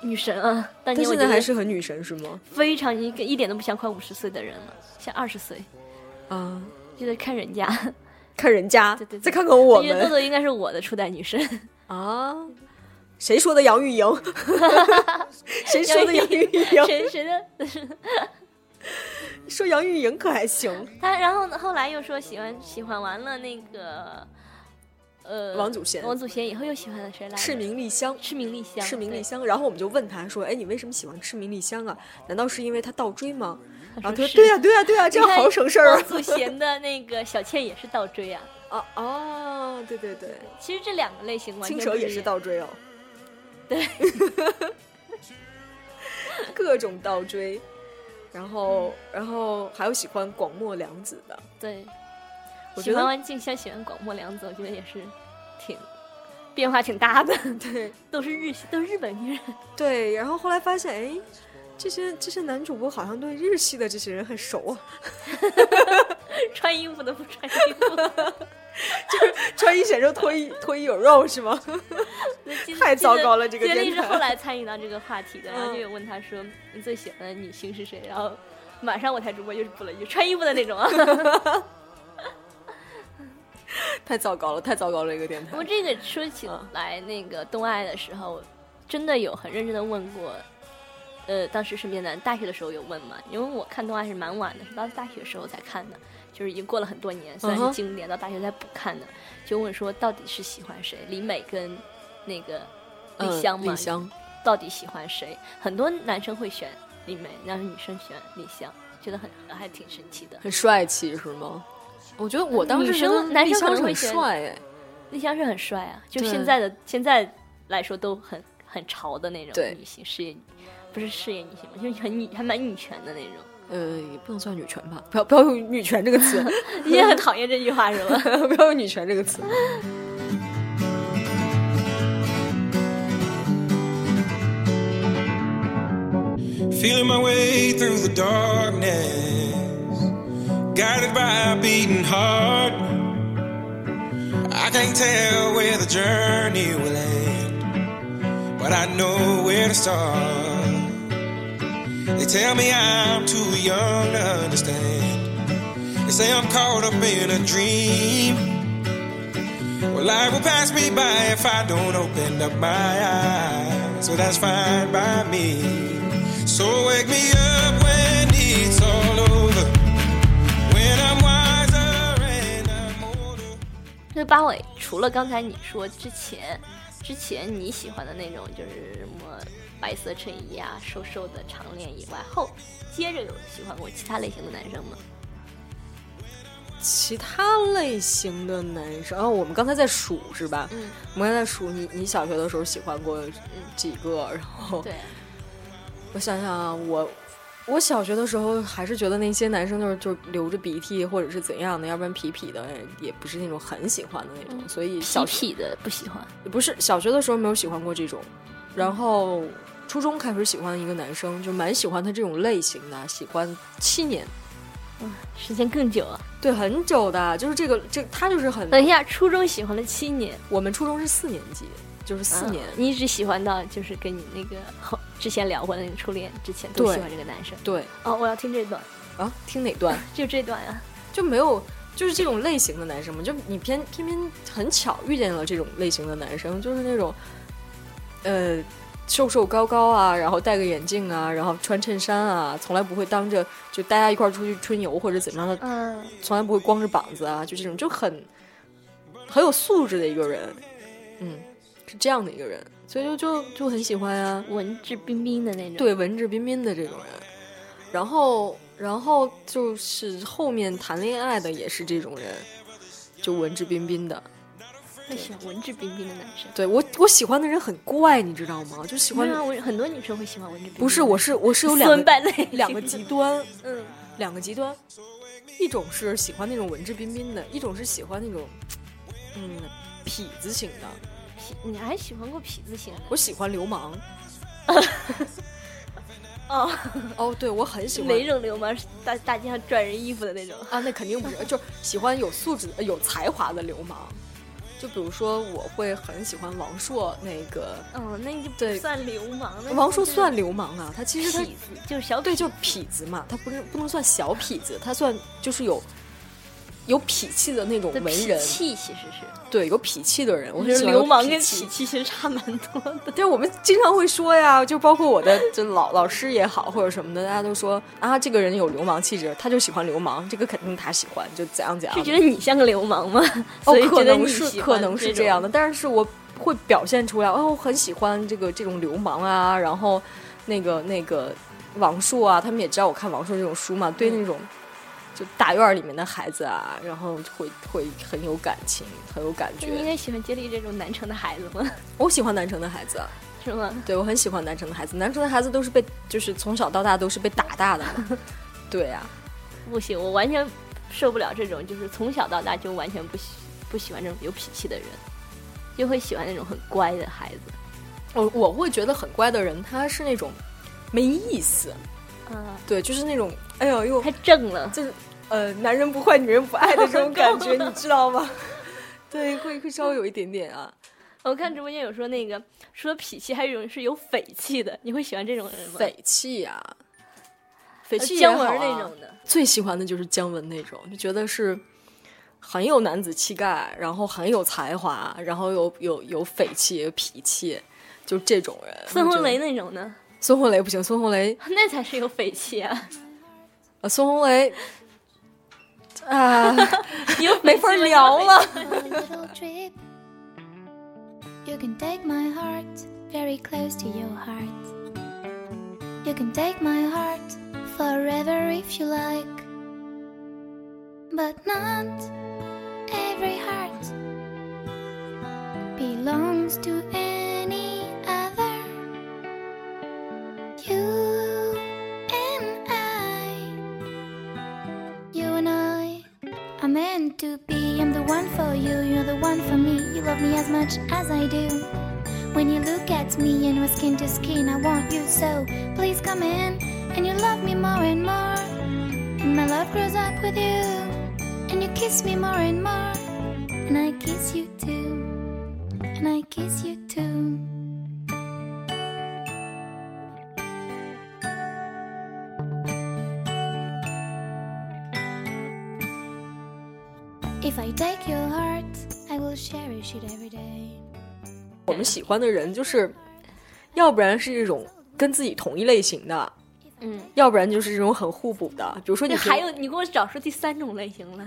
C: 女神啊！当
D: 他
C: 年我
D: 现
C: 觉
D: 在还
C: 得
D: 是很女神是吗？
C: 非常一个一点都不像快五十岁的人了，像二十岁。
D: 啊，
C: 就在看人家，
D: 看人家
C: 对对，对
D: 再看看我
C: 觉得豆
D: 们
C: 豆应该是我的初代 女神。
D: 啊，谁说的杨钰莹？ 谁说的杨钰莹？
C: 谁谁的？
D: 说杨钰莹可还行？
C: 他然后呢后来又说喜欢喜欢完了那个，呃，
D: 王祖贤
C: 王祖贤以后又喜欢了谁来着？
D: 赤名丽香。
C: 赤名丽香，
D: 赤名丽
C: 对，
D: 香，然后我们就问他说：“哎，你为什么喜欢赤名丽香啊？难道是因为他倒追吗？”然后他
C: 说
D: 说：“
C: 是
D: 啊对呀、对呀、对呀、这样好省事儿
C: 王祖 贤的那个小倩也是倒追啊。
D: 啊！”啊哦，对对对，
C: 其实这两个类型完全
D: 青
C: 不
D: 蛇
C: 一
D: 也是
C: 样，
D: 倒追哦，
C: 对，
D: 各种倒追，然后然后还有喜欢广末凉子的，
C: 对。
D: 我
C: 喜
D: 觉
C: 欢
D: 得
C: 完静香，喜欢广末凉子，我觉得也是挺变化挺大的，
D: 对
C: 都是日系，都是日本女人。
D: 对，然后后来发现哎。这些这些男主播好像对日系的这些人很熟啊，
C: 穿衣服的不穿衣服，
D: 穿一显瘦，脱一脱一有肉是吗？
C: 那今
D: 太糟糕了
C: 今
D: 这个
C: 接力
D: 电
C: 是
D: 台
C: 后来参与到这个话题的，
D: 嗯
C: 然后就有问他说你最喜欢的女星是谁，然后马上我台主播就是补了一句穿衣服的 那种啊。
D: 太糟糕了，太糟糕了！一个电台
C: 不过这个说起
D: 嗯
C: 来，那个东爱的时候，真的有很认真的问过，呃，当时身边的人大学的时候有问嘛，因为我看东爱是蛮晚的，是到大学的时候才看的，就是已经过了很多年，虽然
D: 嗯
C: 是
D: 哼
C: 经典，到大学才补看的，就问说到底是喜欢谁，李美跟那个
D: 嗯
C: 李湘嘛，
D: 李湘，
C: 到底喜欢谁？很多男生会选李梅，然后女生选李湘，觉得很还挺神奇的。
D: 很帅气是吗？我觉得我当时
C: 女
D: 觉得
C: 生男
D: 丽
C: 生可
D: 香
C: 能
D: 是
C: 会
D: 很
C: 觉得
D: 帅哎，
C: 丽香是很帅啊，就
D: 对
C: 现在的现在来说都很很潮的那
D: 对
C: 种女性，事业不是事业女性嘛，就是很女还蛮女权的那 种。
D: 呃，也不能算女权吧，不要不要用女权这个词，
C: 你也很讨厌这句话是 吧？
D: 不要用女权这个词。
F: Feeling my way through the darkness, guided by a beating heart. I can't tell where the journey will end, but I know where to start. They tell me I'm too young to understand. They say I'm caught up in a dream. Well, life will pass me by if I don't open up my eyes. So that's fine by me. So wake me up when it's all over. When I'm wiser and I'm older.
C: 那八尾，除了刚才你说之前，之前你喜欢的那种就是什么白色衬衣啊、瘦瘦的长脸以外，后接着有喜欢过其他类型的男生吗？
D: 其他类型的男生，哦，我们刚才在数是吧？
C: 嗯，
D: 我们刚才在数你，你小学的时候喜欢过几个？然后
C: 对，
D: 我想想啊，我我小学的时候还是觉得那些男生就是就是流着鼻涕或者是怎样的，要不然痞痞的，哎也不是那种很喜欢的那种，所以
C: 嗯痞
D: 小学
C: 痞的不喜欢。
D: 不是小学的时候没有喜欢过这种，然后初中开始喜欢一个男生，就蛮喜欢他这种类型的，喜欢七年，
C: 时间更久啊！
D: 对，很久的，就是这个这他就是很，
C: 等一下，初中喜欢了七年，
D: 我们初中是四年级，就是四年，
C: 嗯你一直喜欢到就是跟你那个后之前聊过的那个初恋之前都
D: 对
C: 喜欢这个男生。
D: 对
C: 哦，我要听这段，
D: 啊，听哪段
C: 就这段啊。
D: 就没有。就是这种类型的男生嘛，就你偏偏偏很巧遇见了这种类型的男生，就是那种，呃，瘦瘦高高啊，然后戴个眼镜啊，然后穿衬衫啊，从来不会当着就大家一块儿出去春游或者怎么样的，
C: 嗯，
D: 从来不会光着膀子啊，就这种就很很有素质的一个人，嗯，是这样的一个人，所以就就就很喜欢啊，
C: 文质彬彬的那种。，
D: 对文质彬彬的这种人。然后，然后就是后面谈恋爱的也是这种人，就文质彬彬的。
C: 会喜欢文质彬彬的男生。
D: 对我，我喜欢的人很怪，你知道吗？就喜欢
C: 对啊，我很多女生会喜欢文质彬彬的。
D: 不是，我是我是有两
C: 孙
D: 个
C: 败类，
D: 两个极端，
C: 嗯，
D: 两个极端，一种是喜欢那种文质彬彬的，一种是喜欢那种嗯痞子型的。
C: 痞你还喜欢过痞子型的？
D: 我喜欢流氓。
C: 哦，
D: 哦，对，我很喜欢
C: 哪种流氓？是大大街上拽人衣服的那种？
D: 啊，那肯定不是，就是喜欢有素质的、呃有才华的流氓。就比如说，我会很喜欢王朔那个，
C: 嗯，那你就
D: 对
C: 不算流氓了。
D: 王朔算流氓啊，他其
C: 嗯痞
D: 实他
C: 子，就是小
D: 对，
C: 痞
D: 就痞子嘛，他不是不能算小痞子，他算就是有有痞气的那种
C: 的
D: 文人
C: 痞，气，其实是。
D: 对，有痞气的人，我
C: 我
D: 很
C: 觉得
D: 喜欢
C: 流氓跟
D: 痞
C: 痞
D: 气。
C: 气其实差蛮多的。
D: 对，我们经常会说呀，就包括我的就老老师也好或者什么的，大家都说啊，这个人有流氓气质，他就喜欢流氓，这个肯定他喜欢，就怎样怎样
C: 是
D: 的。
C: 觉得你像个流氓 吗？
D: 哦
C: 所以，
D: 可
C: 觉得
D: 能
C: 你
D: 是
C: 喜欢
D: 可能是这样
C: 种。
D: 的，但是我会表现出来，哦，我很喜欢这个这种流氓啊，然后那个那个王朔啊，他们也知道我看王朔这种书嘛，对
C: 嗯
D: 那种就大院儿里面的孩子啊，然后会会很有感情，很有感
C: 那你应
D: 觉。
C: 该喜欢接力这种南城的孩子吗？
D: 我喜欢南城的孩子啊，
C: 是吗？
D: 对我很喜欢南城的孩子，南城的孩子都是被就是从小到大都是被打大的 嘛，对呀、
C: 不行，我完全受不了这种，就是从小到大就完全不喜不喜欢这种有脾气的人，就会喜欢那种很乖的孩子。
D: 我我会觉得很乖的人，他是那种没意思，
C: 啊，
D: 对，就是那种哎呦又
C: 太正了，
D: 就是呃，男人不坏，女人不爱的 这种感觉，你知道吗？ 对，会会稍微有一点 点啊，
C: 我看直播间有说那个说脾气，还有一种是有匪气的，你会喜欢这种人吗？
D: 匪气啊，匪
C: 呃
D: 气也
C: 姜
D: 好
C: 文儿
D: 啊
C: 那种的，
D: 最喜欢的就是姜文那种，就觉得是很有男子气概，然后很有才华，然后有有有匪气、有脾气，就这种人。
C: 孙红雷
D: 呢？
C: 那种呢，
D: 孙红雷不行，孙红雷
C: 那才是有匪气啊！
D: 呃，孙红雷 啊，
C: 有
D: 没法聊了。
G: one little trip. You can take my heart very close to your heart. You can take my heart forever if you like. But not every heart belongs to any other. You and I. You and I. I'm meant to be, I'm the one for you, you're the one for me. You love me as much as I do. When you look at me and we're skin to skin, I want you so. Please come in and you love me more and more. And my love grows up with you. And you kiss me more and more. And I kiss you too. And I kiss you too. If I take your heart, I will cherish it every day.
D: 我们喜欢的人就是，要不然是这种跟自己同一类型的，
C: 嗯，
D: 要不然就是这种很互补的，比如说你
C: 那
D: 平
C: 还有，你给我找出第三种类型来，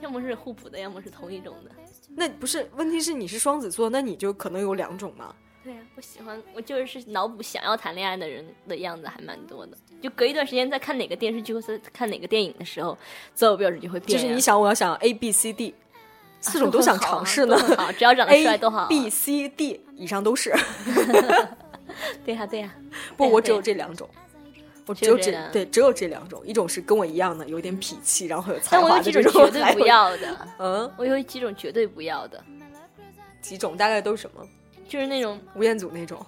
C: 要么是互补的，要么是同一种的。
D: 那不是问题是你是双子座，那你就可能有两种嘛。
C: 对呀、我喜欢，我就是脑补想要谈恋爱的人的样子还蛮多的。就隔一段时间在看哪个电视剧或者看哪个电影的时候，择偶标准就会
D: 就
C: 变呀。啊
D: 是你想，我要想 A B C D，四种都想尝试呢
C: 都。很好只要长得帅
D: A
C: 都好啊。嗯
D: B C D 以上 都是，
C: 对呀、对呀、
D: 不，
C: 对
D: 我
C: 对
D: 只有这两种，我只
C: 只有
D: 有
C: 这
D: 这
C: 两
D: 对只有这两种，一种是跟我一样的有点痞气，然后很有才
C: 但我
D: 华
C: 有
D: 的
C: 几
D: 这
C: 种
D: 种，
C: 绝
D: 还
C: 对
D: 有
C: 不要的，
D: 嗯
C: 我有几种绝对不要的，
D: 几种大概都是什么？
C: 就是那种
D: 吴彦祖那种，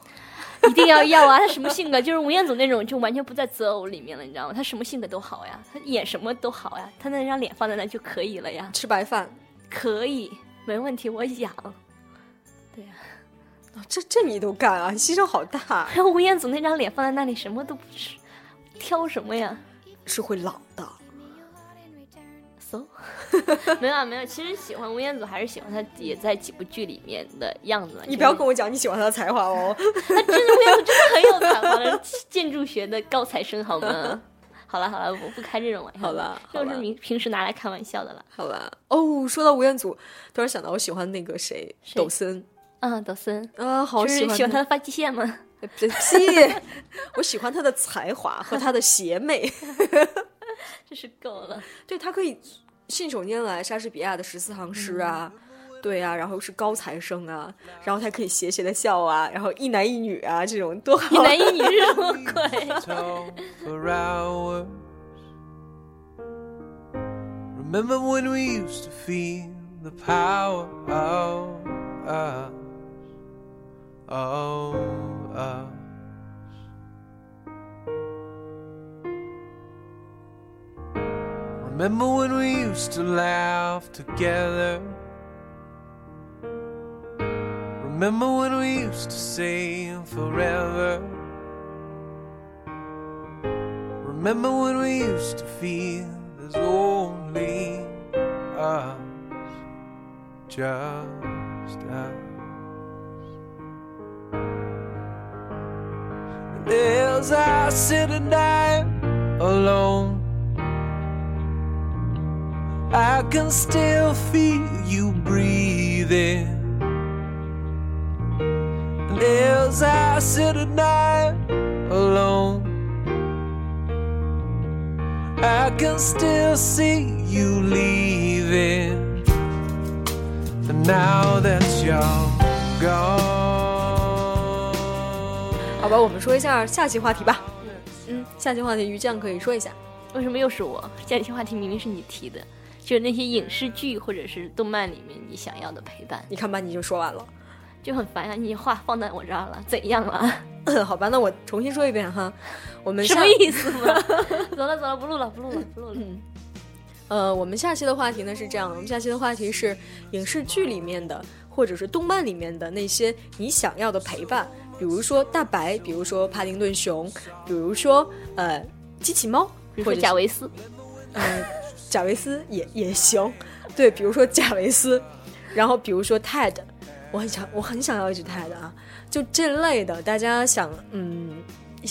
C: 一定要要啊，他什么性格？就是吴彦祖那种，就完全不在择偶里面了，你知道吗？他什么性格都好呀，他演什么都好呀，他那张脸放在那就可以了呀，
D: 吃白饭，
C: 可以，没问题，我养。对呀、
D: 哦这这你都干啊，你牺牲好大啊，
C: 然后吴彦祖那张脸放在那里，什么都不是，挑什么呀？
D: 是会老的。
C: 所搜。 没有啊，没有，其实喜欢吴彦祖还是喜欢他也在几部剧里面的样子嘛。
D: 你不要跟我讲你喜欢他的才华 哦。
C: 他真的吴彦祖真的很有才华的，建筑学的高材生好 吗？好了好了，我不开这种玩笑。
D: 好 了好
C: 就
D: 了
C: 是平平时拿来开玩笑的了。
D: 好吧。哦，说到吴彦祖，突然想到我喜欢那个谁，
C: 谁
D: 抖森
C: 嗯，抖森，
D: 啊，好
C: 就是
D: 欢
C: 喜欢他的发际线吗？
D: 他。屁！ 我喜欢他的才华和他的邪魅，
C: 真是够了。
D: 对他可以信手拈来莎士比亚的十四行诗啊。
C: 嗯
D: 对啊，然后是高材生啊，然后他可以邪邪的笑啊，然后一男一女啊，这种多
C: 一
D: 好！
C: 男一女是什么鬼？
B: Talk for hours. Remember when we used to feel the power of us? Of us. Remember when we used to laugh together? Remember when we used to say forever? Remember when we used to feel there's only us, just us. And as I sit and I alone, I can still feel you breathing. And as I sit and I alone. I can still see you leaving. And now that you're gone.
D: 好吧，我们说一下下期话题吧。嗯，下期话题于酱可以说一下。
C: 为什么又是我？这期话题明明是你提的，就是那些影视剧或者是动漫里面你想要的陪伴，
D: 你看吧，你就说完了。
C: 就很烦啊！你话放在我这儿了，怎样了？
D: 好吧，那我重新说一遍哈。我们
C: 什
D: 下嗯
C: 么意思 嘛？走了走了，不录了不录了不录了。
D: 呃，我们下期的话题呢是这样的，我们下期的话题是影视剧里面的，或者是动漫里面的那些你想要的陪伴，比如说大白，比如说帕丁顿熊，比如说呃机器猫，
C: 比如
D: 或
C: 说
D: 者
C: 贾
D: 是
C: 维斯，
D: 呃贾维斯也也行，对，比如说贾维斯，然后比如说 Ted，我很想我很想要一只 Ted 啊，就这类的，大家想嗯。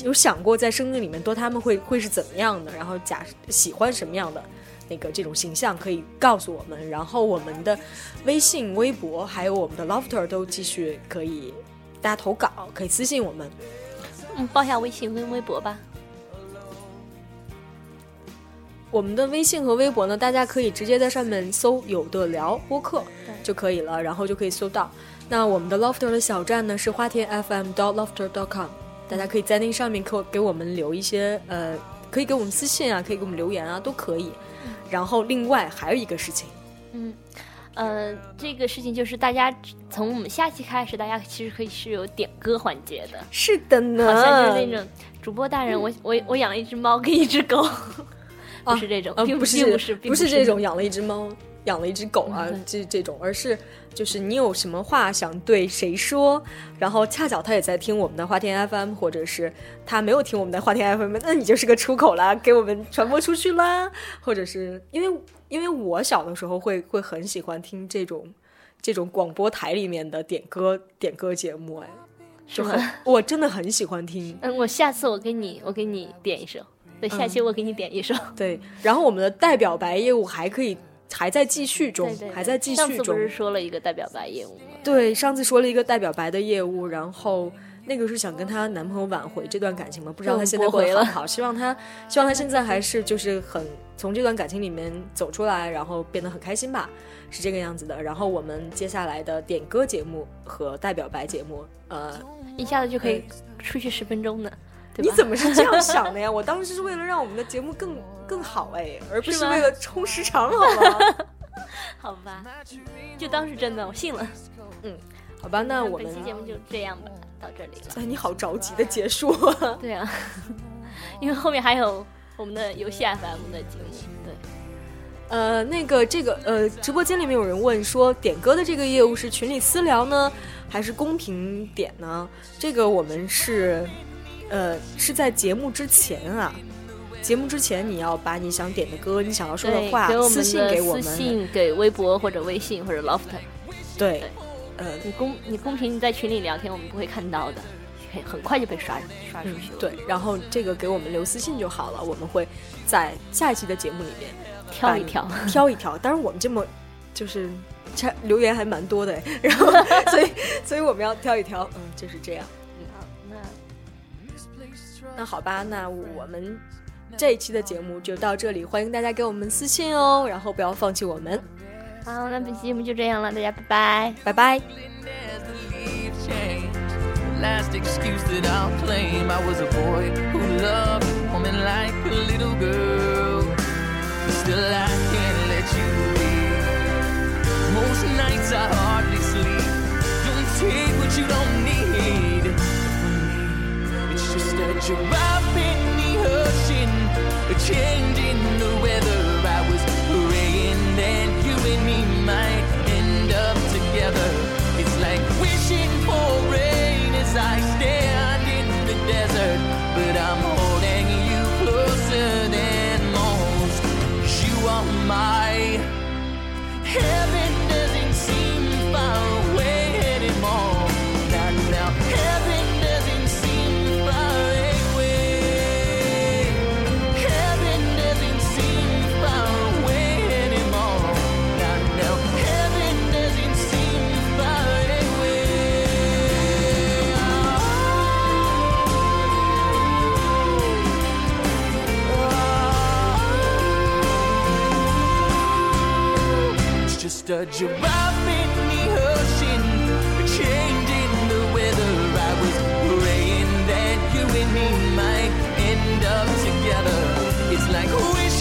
D: 有想过在生命里面多他们会会是怎么样的，然后假喜欢什么样的那个这种形象可以告诉我们，然后我们的微信、微博还有我们的 Lofter 都继续可以大家投稿，可以私信我们。
C: 嗯，报一下微信跟微博吧。
D: 我们的微信和微博呢，大家可以直接在上面搜“有的聊播客”就可以了，然后就可以搜到。那我们的 Lofter 的小站呢是花田 FM dot lofter dot com，大家可以在那上面给我给我们留一些呃，可以给我们私信啊，可以给我们留言啊，都可以。然后另外还有一个事情，
C: 嗯，呃，这个事情就是大家从我们下期开始，大家其实可以是有点歌环节的，
D: 是的呢
C: 好像
D: 嗯
C: 就是那种主播大人，我我我养了一只猫跟一只狗，
D: 啊
C: 不是这种，
D: 呃，
C: 并
D: 不
C: 并
D: 是
C: 不是，并
D: 不是这种养了一只猫、养了一只狗啊
C: 嗯，
D: 这这种，而是就是你有什么话想对谁说，然后恰巧他也在听我们的花田 FM，或者是他没有听我们的花田 FM，那你就是个出口啦，给我们传播出去啦，或者是因为因为我小的时候会会很喜欢听这种这种广播台里面的点歌点歌节目，哎，就很我真的很喜欢听。
C: 嗯，我下次我给你，我给你点一首。对，下
D: 嗯
C: 期我给你点一首。
D: 对，然后我们的代表白业务还可以还在继续中，
C: 对对，
D: 还在继
C: 上
D: 续
C: 次不
D: 中。
C: 是说了一个代表白业务吗？
D: 对，上次说了一个代表白的业务，然后那个是想跟她男朋友挽回这段感情嘛，不知道她现在过得好不好，希望她希望她现在还是就是很从这段感情里面走出来，然后变得很开心吧，是这个样子的。然后我们接下来的点歌节目和代表白节目， 呃，
C: 一下子就可以出去十分钟呢，对吧？
D: 你怎么是这样想的呀？我当时是为了让我们的节目更更好哎，而不
C: 是
D: 是
C: 吗
D: 为了充时长好吗？
C: 好吧？就当是真的，我信了。
D: 好吧，那我们啊
C: 本期节目就这样吧，到这里了。
D: 哎，你好着急的结束啊！
C: 对啊， 因为后面还有我们的游戏 FM 的节目。对，
D: 呃，那个这个呃，直播间里面有人问说，点歌的这个业务是群里私聊呢，还是公屏点呢？这个我们是呃是在节目之前啊，节目之前你要把你想点的歌、你想要说的
C: 对
D: 话
C: 给我们
D: 私
C: 的
D: 信给我们，
C: 私信给微博或者微信或者 Loft。
D: 对
C: 对，
D: 呃，
C: 你公你公屏在群里聊天，我们不会看到的，很很快就被刷刷
D: 嗯
C: 出去了。
D: 对，然后这个给我们留私信就好了，我们会在下一期的节目里面
C: 挑一 挑，
D: 把你挑一挑。当然我们这么就是这留言还蛮多的，哎然后 所以所以我们要挑一挑，嗯，就是这样。
C: 那
D: 那好吧，那我们这一期的节目就到这里，欢迎大家给我们私信哦，然后不要放弃我们，
C: 好，那本期节目就这样了，大家拜拜。
D: 拜拜。
E: as the leaves change. Last excuse that I'll claim I was a boy who loved a woman like a little girl. But still, I can't let you be. Most nights I hardly sleep. Don't take what you don't need. It's just a drop in the ocean, a change in the weather. I was praying that you and me might end up together. It's like wishing for rain as I stand in the desert, but I'm holding you closer than most. 'Cause You are my Heaven doesn't seem far away anymore. Not now. Heaven doesn't seem far away. Heaven doesn't seem far away anymore. Not now. Heaven doesn't seem far Oh. away. It's just a giraffe in the ocean, a change in the weather. I was praying that you and me might end up together. It's like wishing. Oh,